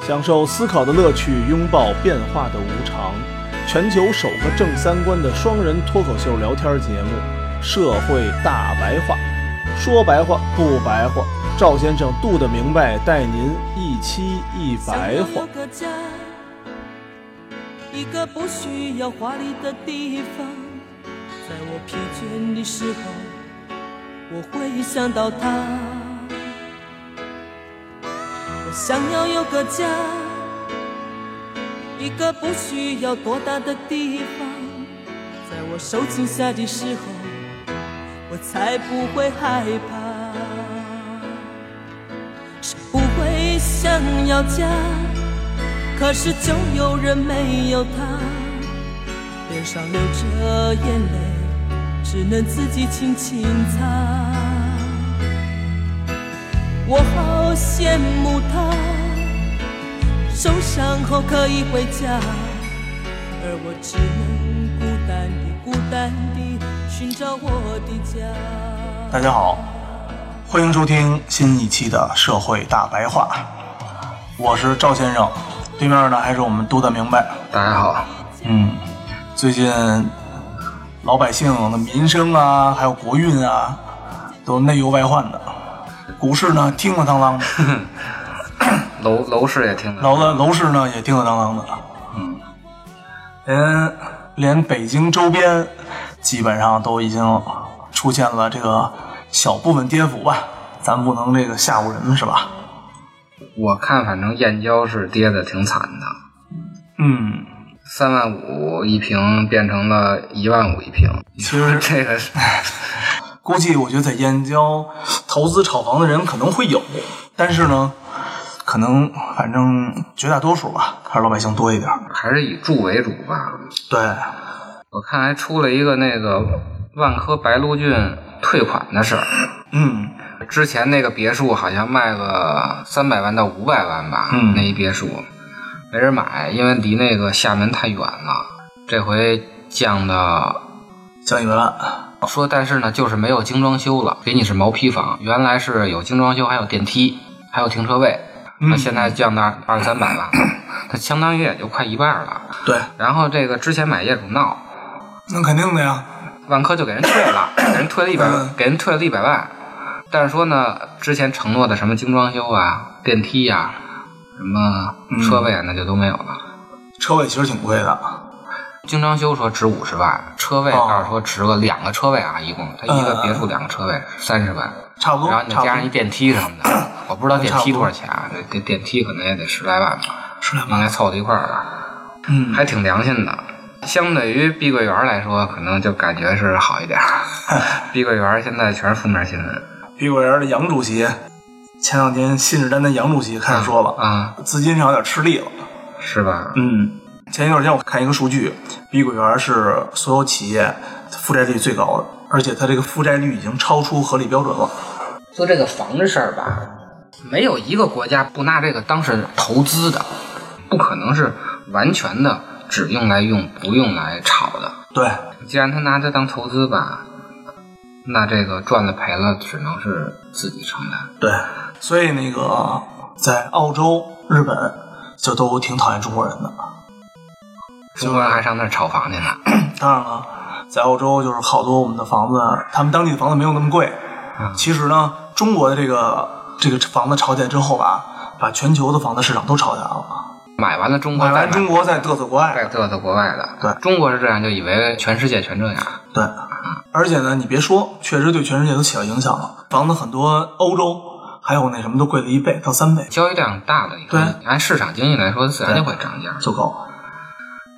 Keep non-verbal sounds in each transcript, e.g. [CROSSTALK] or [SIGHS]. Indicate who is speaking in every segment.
Speaker 1: 享受思考的乐趣，拥抱变化的无常。全球首个正三观的双人脱口秀聊天节目《社会大白话》，说白话不白话，赵先生度的明白，带您一期一白话。
Speaker 2: 个家，一个不需要华丽的地方。在我疲倦的时候，我会想到他。我想要有个家，一个不需要多大的地方。在我受惊吓的时候，我才不会害怕。是不会想要家，可是就有人没有他，脸上流着眼泪，只能自己轻轻擦。我好羡慕他，受伤后可以回家，而我只能孤单地、孤单地寻找我的家。
Speaker 3: 大家好，欢迎收听新一期的《社会大白话》，我是赵先生，对面呢还是我们读的明白。
Speaker 4: 大家好，
Speaker 3: 嗯，最近老百姓的民生啊，还有国运啊，都内忧外患的。股市呢，叮了当啷的；
Speaker 4: 楼楼市也听着，
Speaker 3: 楼的楼市呢，也叮了当啷的。嗯，连连北京周边，基本上都已经出现了这个小部分跌幅吧。咱不能这个吓唬人是吧？
Speaker 4: 我看反正燕郊是跌的挺惨的，
Speaker 3: 嗯，
Speaker 4: 三万五一平变成了一万五一平。
Speaker 3: 其实
Speaker 4: 这个是
Speaker 3: 估计我觉得在燕郊投资炒房的人可能会有，但是呢，可能反正绝大多数吧，还是老百姓多一点儿。
Speaker 4: 还是以住为主吧。
Speaker 3: 对，
Speaker 4: 我看还出了一个那个万科白鹿郡退款的事儿，
Speaker 3: 嗯
Speaker 4: 之前那个别墅好像卖个三百万到五百万吧，
Speaker 3: 嗯
Speaker 4: 那一别墅没人买，因为离那个厦门太远了。这回降的
Speaker 3: 降一百万，
Speaker 4: 说，但是呢，就是没有精装修了，给你是毛坯房。原来是有精装修，还有电梯，还有停车位。那、现在降到二三百了，它相当于也就快一半了。
Speaker 3: 对，
Speaker 4: 然后这个之前买业主闹，
Speaker 3: 那肯定的呀。
Speaker 4: 万科就给人退了，给人退了一百，给人退了一百万。但是说呢，之前承诺的什么精装修啊、电梯呀、什么车位啊，那就都没有了。
Speaker 3: 车位其实挺贵的，
Speaker 4: 精装修说值五十万，车位
Speaker 3: 哦
Speaker 4: 告诉说值个两个车位啊，一共它一个别墅两个车位三十万。
Speaker 3: 差不多，
Speaker 4: 然后你再
Speaker 3: 差
Speaker 4: 加
Speaker 3: 不
Speaker 4: 上一
Speaker 3: 多
Speaker 4: 电梯什么的，我不知道电梯多少钱啊，
Speaker 3: 嗯
Speaker 4: 这这电梯可能也得十来万吧，
Speaker 3: 十来
Speaker 4: 应
Speaker 3: 万。
Speaker 4: 该凑到一块儿了，
Speaker 3: 嗯，
Speaker 4: 还挺良心的。相对于碧桂园来说，可能就感觉是好一点儿。
Speaker 3: 嗯
Speaker 4: 碧桂园现在全是负面新闻
Speaker 3: 碧桂园的杨主席，前两天信誓旦旦杨主席开始说了，
Speaker 4: 啊，
Speaker 3: 资金上有点吃力了。
Speaker 4: 是吧？
Speaker 3: 嗯，前一段时间我看一个数据，碧桂园是所有企业负债率最高的，而且它这个负债率已经超出合理标准了。
Speaker 4: 说这个房子事儿吧，没有一个国家不拿这个当是投资的，不可能是完全的只用来用不用来炒的。
Speaker 3: 对，
Speaker 4: 既然他拿它当投资吧，那这个赚了赔了只能是自己承担。
Speaker 3: 对，所以那个在澳洲、日本就都挺讨厌中国人的。
Speaker 4: 中国人还上那儿炒房去呢，
Speaker 3: 当然了，在澳洲就是好多我们的房子，他们当地的房子没有那么贵。其实呢，中国的这个这个房子炒起来之后吧，把全球的房子市场都炒起来了。
Speaker 4: 买完了中国
Speaker 3: 买
Speaker 4: 再买
Speaker 3: 完中国再嘚瑟国
Speaker 4: 再
Speaker 3: 外，
Speaker 4: 嘚瑟国外的。
Speaker 3: 对
Speaker 4: 中国是这样，就以为全世界全这样。
Speaker 3: 对。而且呢，你别说，确实对全世界都起了影响了。房子很多欧洲还有那什么都贵了一倍到三倍，
Speaker 4: 交易量大了以后
Speaker 3: 对，
Speaker 4: 按市场经济来说，自然
Speaker 3: 对
Speaker 4: 就会涨价。
Speaker 3: 就够。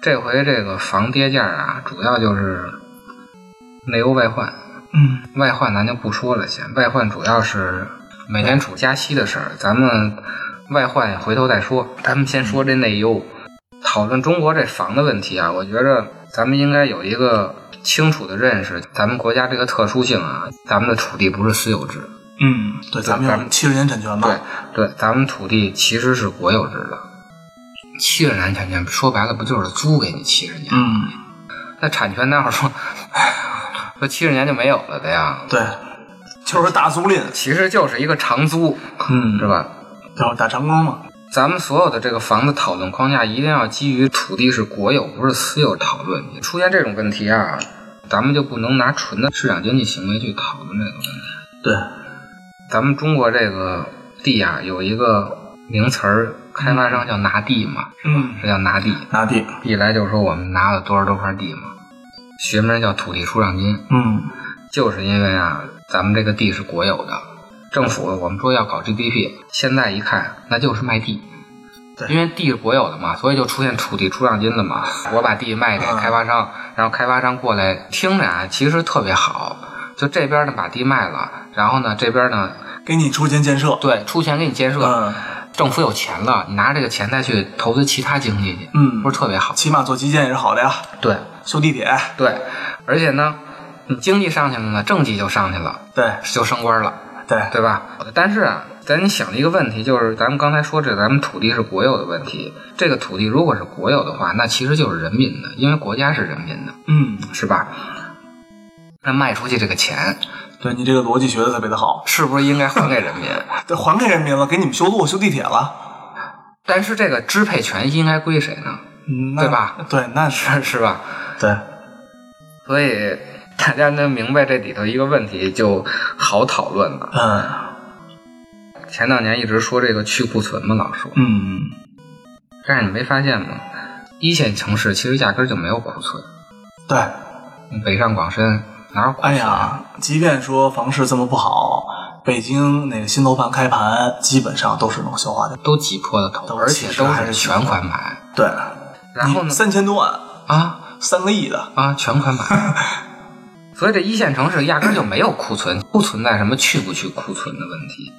Speaker 4: 这回这个房跌价啊，主要就是内忧外患。
Speaker 3: 嗯，
Speaker 4: 外患咱就不说了，先外患主要是美联储加息的事儿，咱们外患回头再说。咱们先说这内忧，讨论中国这房的问题啊，我觉着咱们应该有一个清楚的认识，咱们国家这个特殊性啊，咱们的土地不是私有制，
Speaker 3: 嗯，对，咱
Speaker 4: 咱
Speaker 3: 们有
Speaker 4: 们
Speaker 3: 七十年产权吧？
Speaker 4: 对对，咱们土地其实是国有制的，七十年产权说白了不就是租给你七十年？
Speaker 3: 嗯，
Speaker 4: 那产权那会儿说 [SIGHS] 说七十年就没有了的呀，
Speaker 3: 对，就是大租赁，
Speaker 4: 其实就是一个长租，
Speaker 3: 嗯
Speaker 4: 是吧？
Speaker 3: 就是打长工嘛。
Speaker 4: 咱们所有的这个房子讨论框架一定要基于土地是国有不是私有讨论。出现这种问题啊，咱们就不能拿纯的市场经济行为去讨论这个问题。
Speaker 3: 对，
Speaker 4: 咱们中国这个地啊，有一个名词儿，开发商叫拿地嘛，
Speaker 3: 嗯，
Speaker 4: 这叫拿地。
Speaker 3: 拿地，
Speaker 4: 一来就说我们拿了多少多块地嘛，学名叫土地出让金，
Speaker 3: 嗯
Speaker 4: 就是因为啊，咱们这个地是国有的，政府我们说要搞 GDP，现在一看那就是卖地
Speaker 3: 对。
Speaker 4: 因为地是国有的嘛，所以就出现土地出让金了嘛。我把地卖给开发商，
Speaker 3: 嗯
Speaker 4: 然后开发商过来，听着啊，其实特别好。就这边呢把地卖了，然后呢这边呢
Speaker 3: 给你出钱建设，
Speaker 4: 对出钱给你建设，
Speaker 3: 嗯
Speaker 4: 政府有钱了，你拿这个钱再去投资其他经济去，
Speaker 3: 嗯
Speaker 4: 不是特别好？
Speaker 3: 起码做基建也是好的呀，
Speaker 4: 对
Speaker 3: 修地铁，
Speaker 4: 对，而且呢，你经济上去了呢，政绩就上去了，
Speaker 3: 对
Speaker 4: 就升官了，
Speaker 3: 对，
Speaker 4: 对吧？但是啊，咱想了一个问题，就是咱们刚才说这咱们土地是国有的问题，这个土地如果是国有的话，那其实就是人民的，因为国家是人民的，
Speaker 3: 嗯，
Speaker 4: 是吧？那卖出去这个钱
Speaker 3: 对你这个逻辑学的特别的好，
Speaker 4: 是不是应该还给人民？
Speaker 3: 对，还给人民了，给你们修路、修地铁了，
Speaker 4: 但是这个支配权应该归谁呢？ [LAUGHS]
Speaker 3: 嗯那
Speaker 4: 对吧？
Speaker 3: 对，那是
Speaker 4: 是吧？
Speaker 3: 对，
Speaker 4: 所以大家能明白这里头一个问题就好讨论了。
Speaker 3: 嗯
Speaker 4: 前两年一直说这个去库存嘛，老说，
Speaker 3: 嗯，
Speaker 4: 但是你没发现吗？一线城市其实压根儿就没有库存，
Speaker 3: 对，
Speaker 4: 北上广深啊哪有库存？
Speaker 3: 哎，呀，即便说房市这么不好，北京那个新楼盘开盘基本上都是能消化掉，
Speaker 4: 都挤破了头，
Speaker 3: 都
Speaker 4: 而且
Speaker 3: 其实
Speaker 4: 都
Speaker 3: 还是
Speaker 4: 是全款买。
Speaker 3: 对，
Speaker 4: 然后
Speaker 3: 你
Speaker 4: 呢？
Speaker 3: 三千多万，
Speaker 4: 啊
Speaker 3: 三个亿的，
Speaker 4: 啊，全
Speaker 3: [LAUGHS]
Speaker 4: 款买。所以这一线城市压根儿就没有库存，不存在什么去不去库存的问题。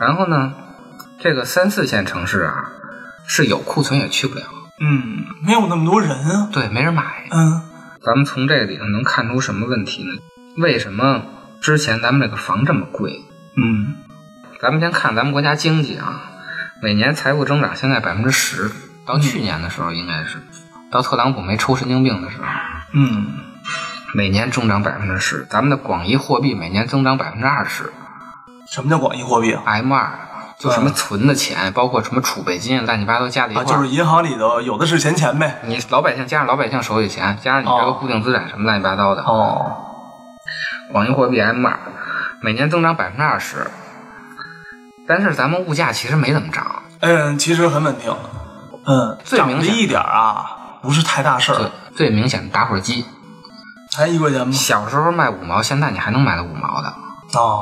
Speaker 4: 然后呢，这个三四线城市啊，是有库存也去不了，
Speaker 3: 嗯，没有那么多人啊，
Speaker 4: 对，没人买。
Speaker 3: 嗯
Speaker 4: 咱们从这个里头能看出什么问题呢？为什么之前咱们这个房这么贵？
Speaker 3: 嗯，
Speaker 4: 咱们先看咱们国家经济啊，每年财务增长现在百分之十，
Speaker 3: 嗯
Speaker 4: 到去年的时候应该是，到特朗普没抽神经病的时候，
Speaker 3: 嗯，
Speaker 4: 每年增长百分之十。咱们的广义货币每年增长百分之二十
Speaker 3: 什么叫广义货币啊？
Speaker 4: ，M 二就什么存的钱，包括什么储备金，乱七八糟加在
Speaker 3: 嗯
Speaker 4: 一
Speaker 3: 啊，
Speaker 4: 块
Speaker 3: 就是
Speaker 4: 儿。
Speaker 3: 银行里头有的是闲钱呗。
Speaker 4: 你老百姓加上老百姓手里钱，加上你这个
Speaker 3: 哦
Speaker 4: 固定资产什么乱七八糟的，
Speaker 3: 哦，
Speaker 4: 广义货币 M 二，每年增长百分之二十，但是咱们物价其实没怎么涨，
Speaker 3: 嗯，其实很稳定，嗯，
Speaker 4: 最明
Speaker 3: 涨了
Speaker 4: 显
Speaker 3: 一点儿啊，不是太大事
Speaker 4: 最
Speaker 3: 儿，
Speaker 4: 最明显的打火机，
Speaker 3: 才一块钱吗？
Speaker 4: 小时候卖五毛，现在你还能买到五毛的，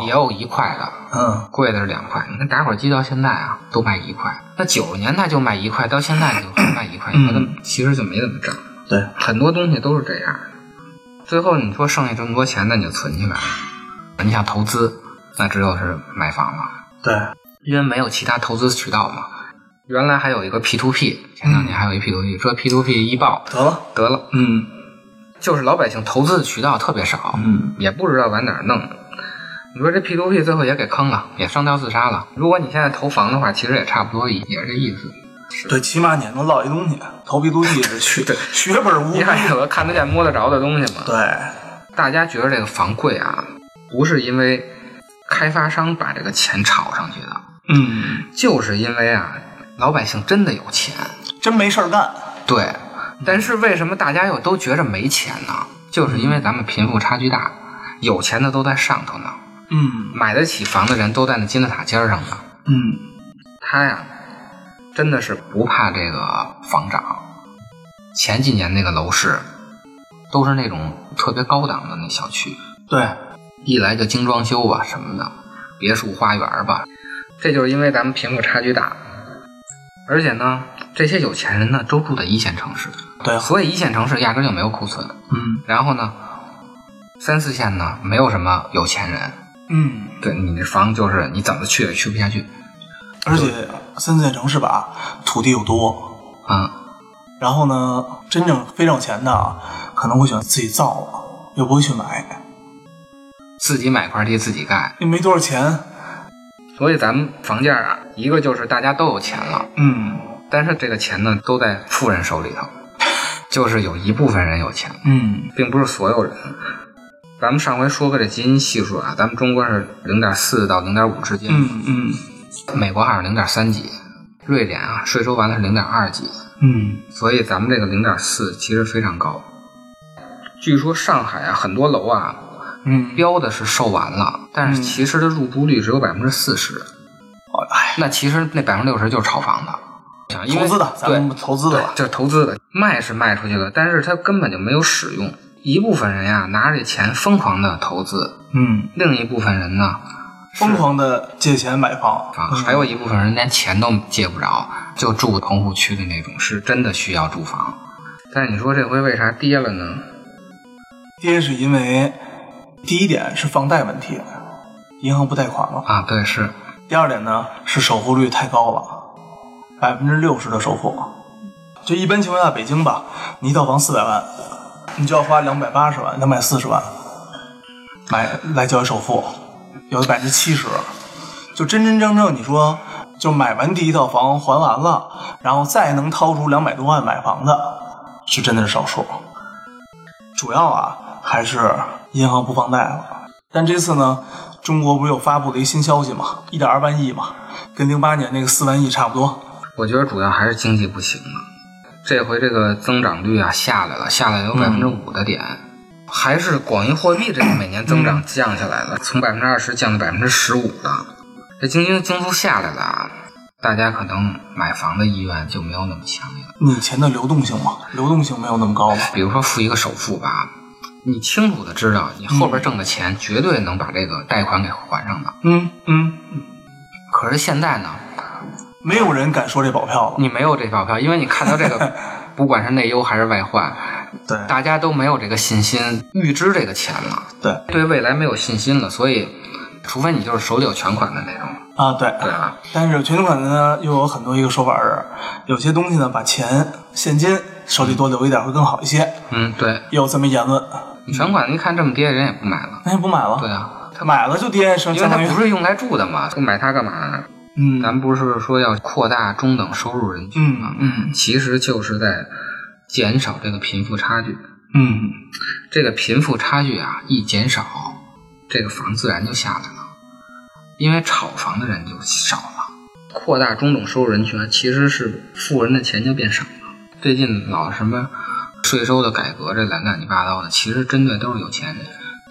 Speaker 4: 也
Speaker 3: 哦，
Speaker 4: 有一块的，
Speaker 3: 嗯，
Speaker 4: 贵的是两块。你看打火机到现在啊，都卖一块，那九十年代就卖一块，到现在就卖
Speaker 3: [CLEARS THROAT]
Speaker 4: 一块，你说它其实就没怎么涨，
Speaker 3: 嗯对，
Speaker 4: 很多东西都是这样。最后你说剩下这么多钱，那你就存起来，你想投资，那只有是买房了。
Speaker 3: 对，
Speaker 4: 因为没有其他投资渠道嘛。原来还有一个 P to P，前两年还有一 P to P，说 P to P 一爆
Speaker 3: 得了，
Speaker 4: 得了，
Speaker 3: 嗯
Speaker 4: 就是老百姓投资的渠道特别少，
Speaker 3: 嗯，
Speaker 4: 也不知道往哪儿弄。你说这 P to P 最后也给坑了，也上吊自杀了。如果你现在投房的话，其实也差不多，也也是这意思。
Speaker 3: 对，起码你还能落一东西，头皮都地是血血本无
Speaker 4: 你
Speaker 3: 归。
Speaker 4: 还有个看得见摸得着的东西嘛。
Speaker 3: 对，
Speaker 4: 大家觉得这个房贵啊，不是因为开发商把这个钱炒上去的，
Speaker 3: 嗯，
Speaker 4: 就是因为啊，老百姓真的有钱。
Speaker 3: 真没事儿干。
Speaker 4: 对，但是为什么大家又都觉着没钱呢？就是因为咱们贫富差距大，有钱的都在上头呢，
Speaker 3: 嗯
Speaker 4: 买得起房的人都在那金字塔尖儿上呢。
Speaker 3: 嗯，
Speaker 4: 他呀，真的是不怕这个房涨。前几年那个楼市，都是那种特别高档的那小区，
Speaker 3: 对，
Speaker 4: 一来就精装修吧什么的，别墅花园吧，这就是因为咱们贫富差距大，而且呢，这些有钱人呢都住在一线城市，
Speaker 3: 对
Speaker 4: 所以一线城市压根儿就没有库存。
Speaker 3: 嗯
Speaker 4: 然后呢，三四线呢没有什么有钱人，
Speaker 3: 嗯，
Speaker 4: 对你这房就是你怎么去也去不下去
Speaker 3: 而且三四线城市吧，土地又多，
Speaker 4: 啊、
Speaker 3: 然后呢，真正非常有钱的啊，可能会选自己造了，又不会去买，
Speaker 4: 自己买块地自己盖。
Speaker 3: 又没多少钱。
Speaker 4: 所以咱们房价啊，一个就是大家都有钱了，
Speaker 3: 嗯
Speaker 4: 但是这个钱呢都在富人手里头，就是有一部分人有钱，
Speaker 3: 嗯
Speaker 4: 并不是所有人。咱们上回说过这基因系数啊，咱们中国是零点四到零点五之间，
Speaker 3: 嗯嗯，
Speaker 4: 美国好像零点三几，瑞典啊，税收完了是零点二几，
Speaker 3: 嗯，
Speaker 4: 所以咱们这个零点四其实非常高。据说上海啊，很多楼啊，
Speaker 3: 嗯
Speaker 4: 标的是售完了，但是其实的入住率只有百分之四十。
Speaker 3: 哎，
Speaker 4: 那其实那百分之六十就是炒房的，想因为
Speaker 3: 啊投资的，咱
Speaker 4: 对
Speaker 3: 们投资的
Speaker 4: 对
Speaker 3: 吧，，
Speaker 4: 就是投资的，卖是卖出去了，但是他根本就没有使用。一部分人呀、拿着这钱疯狂的投资，
Speaker 3: 嗯，
Speaker 4: 另一部分人呢，
Speaker 3: 疯狂的借钱买房，嗯
Speaker 4: 啊，还有一部分人连钱都借不着，就住棚户区的那种，是真的需要住房。但是你说这回为啥跌了呢？
Speaker 3: 跌是因为第一点是房贷问题，银行不贷款了；
Speaker 4: 啊，对，是
Speaker 3: 第二点呢是首付率太高了，百分之六十的首付。就一般情况下，北京吧，你一套房四百万，你就要花两百八十万、两百四十万买来交首付，有的百分之七十。就真真正正你说，就买完第一套房还完了，然后再能掏出两百多万买房的，是真的是少数。主要啊还是银行不放贷了。但这次呢，中国不是又发布了一新消息嘛，一点二万亿嘛，跟零八年那个四万亿差不多。
Speaker 4: 我觉得主要还是经济不行了。这回这个增长率啊下来了，下来有百分之五的点，还是广义货币这个每年增长降下来了，从百分之二十降到百分之十五了。这经济增速下来了啊，大家可能买房的意愿就没有那么强烈了。
Speaker 3: 你钱的流动性嘛，流动性没有那么高嘛。
Speaker 4: 比如说付一个首付吧，你清楚的知道你后边挣的钱绝对能把这个贷款给还上的。
Speaker 3: 嗯嗯，
Speaker 4: 可是现在呢，
Speaker 3: 没有人敢说这保票了。
Speaker 4: 你没有这票票，因为你看到这个，不管是内忧还是外患，
Speaker 3: 对
Speaker 4: 大家都没有这个信心预支这个钱了，
Speaker 3: 对
Speaker 4: 对未来没有信心了，所以，除非你就是手里有全款的那种，
Speaker 3: 啊，对。
Speaker 4: 对吧？
Speaker 3: 但是全款呢，又有很多一个说法是，有些东西呢，把钱现金手里多留一点会更好一些。
Speaker 4: 嗯，对，
Speaker 3: 也有这么一言论，
Speaker 4: 你全款一看这么跌，人也不买了，
Speaker 3: 那也不买了。
Speaker 4: 对啊，他
Speaker 3: 买了就跌，相
Speaker 4: 因为
Speaker 3: 嗯相
Speaker 4: 他
Speaker 3: 当于
Speaker 4: 不是用来住的嘛，买它干嘛？
Speaker 3: 嗯
Speaker 4: 咱不是说要扩大中等收入人群吗？
Speaker 3: 嗯嗯
Speaker 4: 其实就是在减少这个贫富差距。
Speaker 3: 嗯
Speaker 4: 这个贫富差距啊一减少，这个房自然就下来了，因为炒房的人就少了。扩大中等收入人群，啊其实是富人的钱就变少了。最近老什么税收的改革，这乱七八糟的，其实针对都是有钱人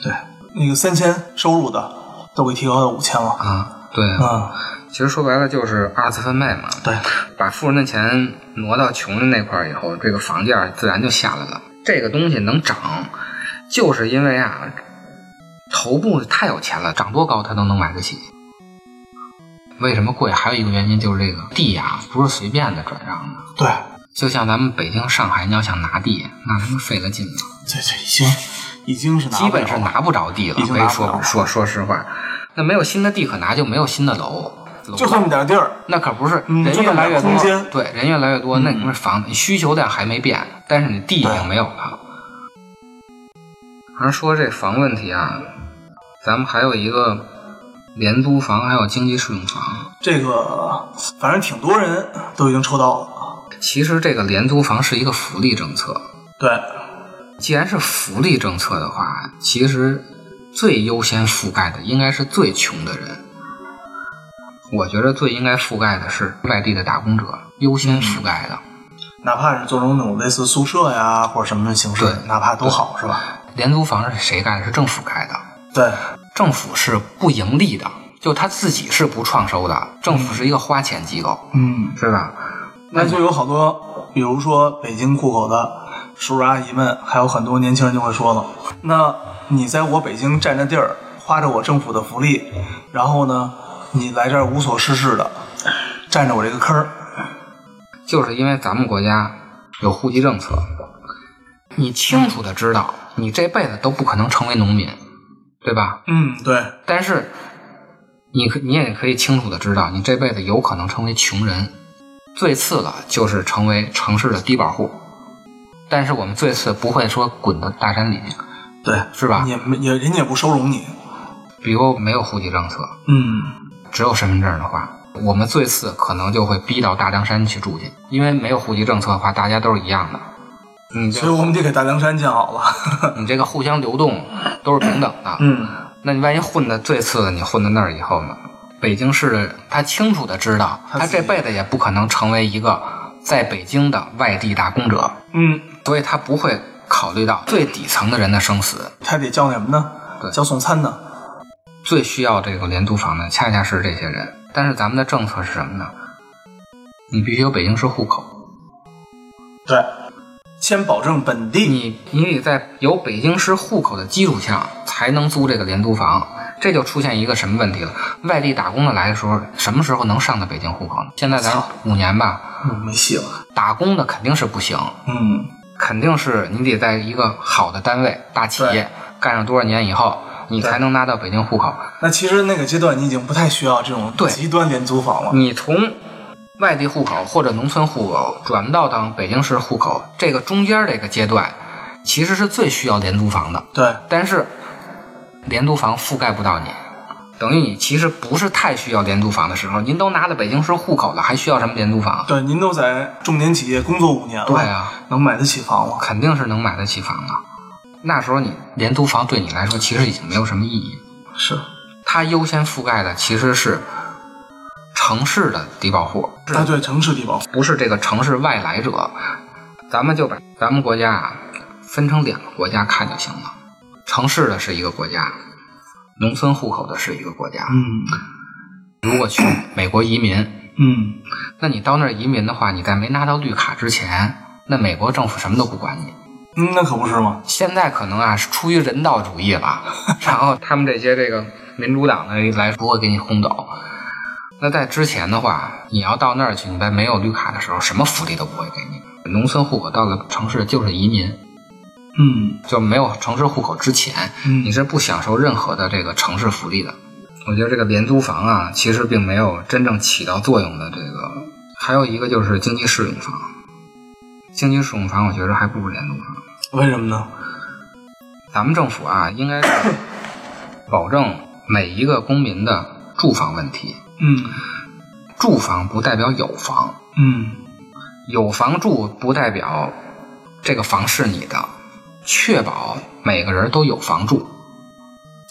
Speaker 3: 对，那个三千收入的都给提高到五千了。
Speaker 4: 啊。对，
Speaker 3: 啊，
Speaker 4: 其实说白了就是二次分配嘛，
Speaker 3: 对，
Speaker 4: 把富人的钱挪到穷人那块儿以后，这个房价自然就下来了。这个东西能涨，就是因为啊，头部太有钱了，涨多高他都能买得起。为什么贵？还有一个原因就是这个地呀、不是随便的转让的。
Speaker 3: 对，
Speaker 4: 就像咱们北京、上海，你要想拿地，那他妈费了劲了，
Speaker 3: 这这已经已经是拿
Speaker 4: 基
Speaker 3: 不
Speaker 4: 本
Speaker 3: 了
Speaker 4: 是
Speaker 3: 了
Speaker 4: 拿不着地了。
Speaker 3: 已经
Speaker 4: 可
Speaker 3: 拿
Speaker 4: 以
Speaker 3: 不着
Speaker 4: 说
Speaker 3: 了
Speaker 4: 说说实话，那没有新的地可拿，就没有新的楼。楼
Speaker 3: 就这么点地儿。
Speaker 4: 那可不是，
Speaker 3: 嗯
Speaker 4: 人
Speaker 3: 就
Speaker 4: 越
Speaker 3: 这么
Speaker 4: 来
Speaker 3: 点
Speaker 4: 越多
Speaker 3: 空间，嗯
Speaker 4: 对，人越来越多，那你不是房子需求量还没变，但是你地已经没有了。而说这房问题啊，咱们还有一个廉租房，还有经济适用房。
Speaker 3: 这个反正挺多人都已经抽到了。啊
Speaker 4: 其实这个廉租房是一个福利政策，
Speaker 3: 对，
Speaker 4: 既然是福利政策的话，其实最优先覆盖的应该是最穷的人。我觉得最应该覆盖的是外地的打工者，优先
Speaker 3: 嗯
Speaker 4: 覆盖的。
Speaker 3: 哪怕是做成那种类似宿舍呀或者什么的形式
Speaker 4: 对，
Speaker 3: 哪怕都好是吧？
Speaker 4: 廉租房是谁盖的？是政府盖的，
Speaker 3: 对，
Speaker 4: 政府是不盈利的，就他自己是不创收的，政府是一个花钱机构，
Speaker 3: 嗯，
Speaker 4: 是吧？
Speaker 3: 那就有好多，比如说北京户口的叔叔阿姨们，还有很多年轻人就会说了，那你在我北京占着地儿，花着我政府的福利，然后呢，你来这儿无所事事的，占着我这个坑儿，
Speaker 4: 就是因为咱们国家有户籍政策，你清楚的知道你这辈子都不可能成为农民，对吧？
Speaker 3: 嗯，对，
Speaker 4: 但是你可你也可以清楚的知道，你这辈子有可能成为穷人，最次了就是成为城市的低保户，但是我们最次不会说滚到大山里去，
Speaker 3: 对，
Speaker 4: 是吧？
Speaker 3: 也没也人家也不收容你，
Speaker 4: 比如没有户籍政策，
Speaker 3: 嗯，
Speaker 4: 只有身份证的话，我们最次可能就会逼到大凉山去住去，因为没有户籍政策的话，大家都是一样的。你
Speaker 3: 所以
Speaker 4: 这
Speaker 3: 我们得给大凉山建好了，
Speaker 4: 你这个互相流动都是平等的，
Speaker 3: 嗯，
Speaker 4: 那你万一混的最次的，你混到那儿以后呢？北京市的，他清楚的知道，
Speaker 3: 他
Speaker 4: 他
Speaker 3: 自己
Speaker 4: 这辈子也不可能成为一个在北京的外地打工者，
Speaker 3: [LAUGHS] 嗯，
Speaker 4: 所以他不会考虑到最底层的人的生死。
Speaker 3: 他得叫那什么呢？
Speaker 4: 对
Speaker 3: 叫送餐呢？
Speaker 4: 最需要这个廉租房的恰恰是这些人。但是咱们的政策是什么呢？你必须有北京市户口，
Speaker 3: 对，先保证本地。
Speaker 4: 你你得在有北京市户口的基础下才能租这个廉租房。这就出现一个什么问题了？外地打工的来的时候，什么时候能上的北京户口呢？现在咱五年吧，
Speaker 3: 嗯，没戏了。
Speaker 4: 打工的肯定是不行，
Speaker 3: 嗯，
Speaker 4: 肯定是你得在一个好的单位、大企
Speaker 3: 对
Speaker 4: 业干上多少年以后，你才能拿到北京户口。
Speaker 3: 那其实那个阶段你已经不太需要这种
Speaker 4: 对
Speaker 3: 极端廉租房了。
Speaker 4: 你从外地户口或者农村户口转到当北京市户口，这个中间这个阶段，其实是最需要廉租房的。
Speaker 3: 对，
Speaker 4: 但是廉租房覆盖不到你，等于你其实不是太需要廉租房的时候，您都拿了北京市户口了，还需要什么廉租房？
Speaker 3: 对，您都在重点企业工作五年了，
Speaker 4: 对啊，
Speaker 3: 能买得起房了。
Speaker 4: 肯定是能买得起房的。那时候你廉租房对你来说其实已经没有什么意义，
Speaker 3: 是，
Speaker 4: 它优先覆盖的其实是城市的低保户。
Speaker 3: 啊，对，城市地保，
Speaker 4: 不是这个城市外来者，咱们就把咱们国家啊分成两个国家看就行了。城市的是一个国家，农村户口的是一个国家。
Speaker 3: 嗯
Speaker 4: 如果去美国移民，
Speaker 3: 嗯，
Speaker 4: 那你到那儿移民的话，你在没拿到绿卡之前，那美国政府什么都不管你。
Speaker 3: 嗯，那可不是吗？
Speaker 4: 现在可能啊是出于人道主义了，然后他们这些这个民主党的来不会给你轰走。那在之前的话，你要到那儿去，你在没有绿卡的时候，什么福利都不会给你。农村户口到了城市就是移民，
Speaker 3: 嗯
Speaker 4: 就没有城市户口之前，
Speaker 3: 嗯
Speaker 4: 你是不享受任何的这个城市福利的。我觉得这个廉租房啊，其实并没有真正起到作用的。这个还有一个就是经济适用房，经济适用房我觉得还不如廉租房。
Speaker 3: 为什么呢？
Speaker 4: 咱们政府啊，应该是保证每一个公民的住房问题。
Speaker 3: 嗯
Speaker 4: 住房不代表有房，
Speaker 3: 嗯，
Speaker 4: 有房住不代表这个房是你的，确保每个人都有房住，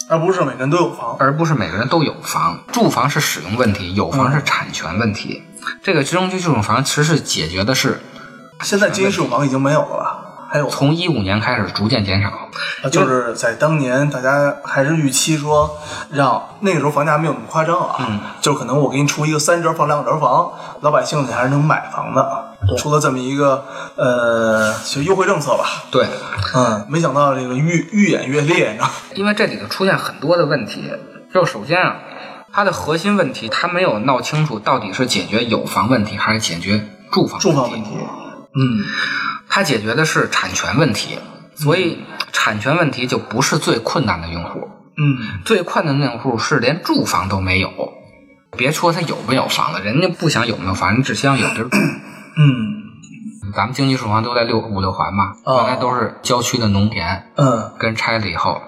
Speaker 3: 而不是每个人都有房。
Speaker 4: 而不是每个人都有房。住房是使用问题，有房是
Speaker 3: 嗯
Speaker 4: 产权问题。这个集中区这种房其实是解决的是
Speaker 3: 现在金属房已经没有了吧？还有，
Speaker 4: 从一五年开始逐渐减少，
Speaker 3: 啊就是在当年，大家还是预期说，让那个时候房价没有那么夸张啊，嗯，就是可能我给你出一个三折房、两折房，老百姓你还是能买房的。出了这么一个呃，就优惠政策吧，
Speaker 4: 对，
Speaker 3: 嗯，没想到这个愈愈演愈烈，你知道吗？ [LAUGHS]
Speaker 4: 因为这里头出现很多的问题，就首先啊，它的核心问题它没有闹清楚到底是解决有房问题还是解决住房
Speaker 3: 住房
Speaker 4: 问
Speaker 3: 问
Speaker 4: 题，
Speaker 3: 题，嗯，
Speaker 4: 它解决的是产权问题，所以产权问题就不是最困难的用户，
Speaker 3: 嗯，
Speaker 4: 最困难的用户是连住房都没有。别说他有没有房了，人家不想有没有房，人只希望有地儿
Speaker 3: [CLEARS THROAT]
Speaker 4: 住。
Speaker 3: 嗯，
Speaker 4: 咱们经济住房都在六五六环嘛，
Speaker 3: 哦
Speaker 4: 原来都是郊区的农田，
Speaker 3: 嗯，
Speaker 4: 跟拆了以后，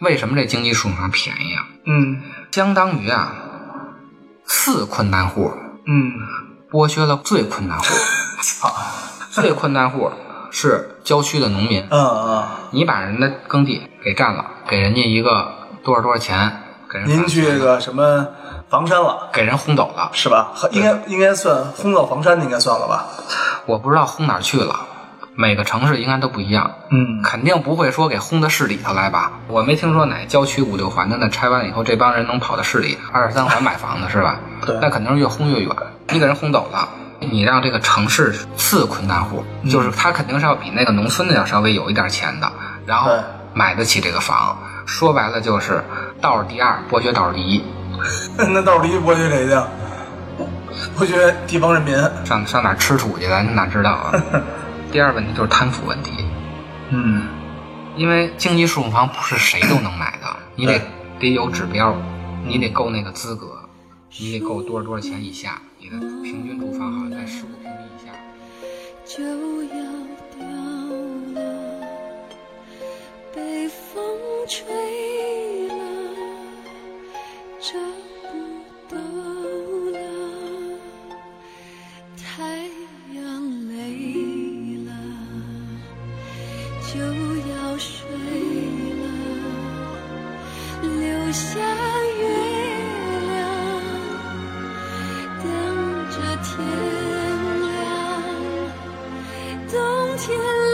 Speaker 4: 为什么这经济住房便宜啊？
Speaker 3: 嗯，
Speaker 4: 相当于啊，次困难户
Speaker 3: 嗯，
Speaker 4: 剥削了最
Speaker 3: [LAUGHS]
Speaker 4: 困难户。最困难户是郊区的农民，
Speaker 3: 嗯嗯，
Speaker 4: 你把人的耕地给占了，给人家一个多少多少钱，给人
Speaker 3: 您
Speaker 4: 罚
Speaker 3: 去
Speaker 4: 钱
Speaker 3: 这
Speaker 4: 了
Speaker 3: 个什么房山了？
Speaker 4: 给人轰走了，
Speaker 3: 是吧？应该应该算轰到房山的，应该算了吧？
Speaker 4: 我不知道轰哪儿去了。每个城市应该都不一样，
Speaker 3: 嗯
Speaker 4: 肯定不会说给轰到市里头来吧？我没听说哪郊区五六环的那拆完了以后，这帮人能跑到市里二三环买房子是吧？
Speaker 3: [LAUGHS] 对
Speaker 4: 那肯定是越轰越远。你给人轰走了，你让这个城市次困难户，
Speaker 3: 嗯
Speaker 4: 就是他肯定是要比那个农村的要稍微有一点钱的，然后
Speaker 3: 对
Speaker 4: 买得起这个房。说白了就是倒数第二，剥削倒数第一。
Speaker 3: [LAUGHS] 那到底剥削谁去？剥削地方人民。
Speaker 4: 上上哪儿吃土去？咱哪知道
Speaker 3: [LAUGHS]
Speaker 4: 啊？第二问题就是贪腐问题。
Speaker 3: 嗯
Speaker 4: 因为经济适用房不是谁都能买的，你得得有指标，你得够那个资格，你得够多少多少钱以下，你的平均住房好像在十五平米以下。
Speaker 5: 就要掉了，被风吹了，找不到了，太阳累了，就要睡了，留下月亮
Speaker 2: 天。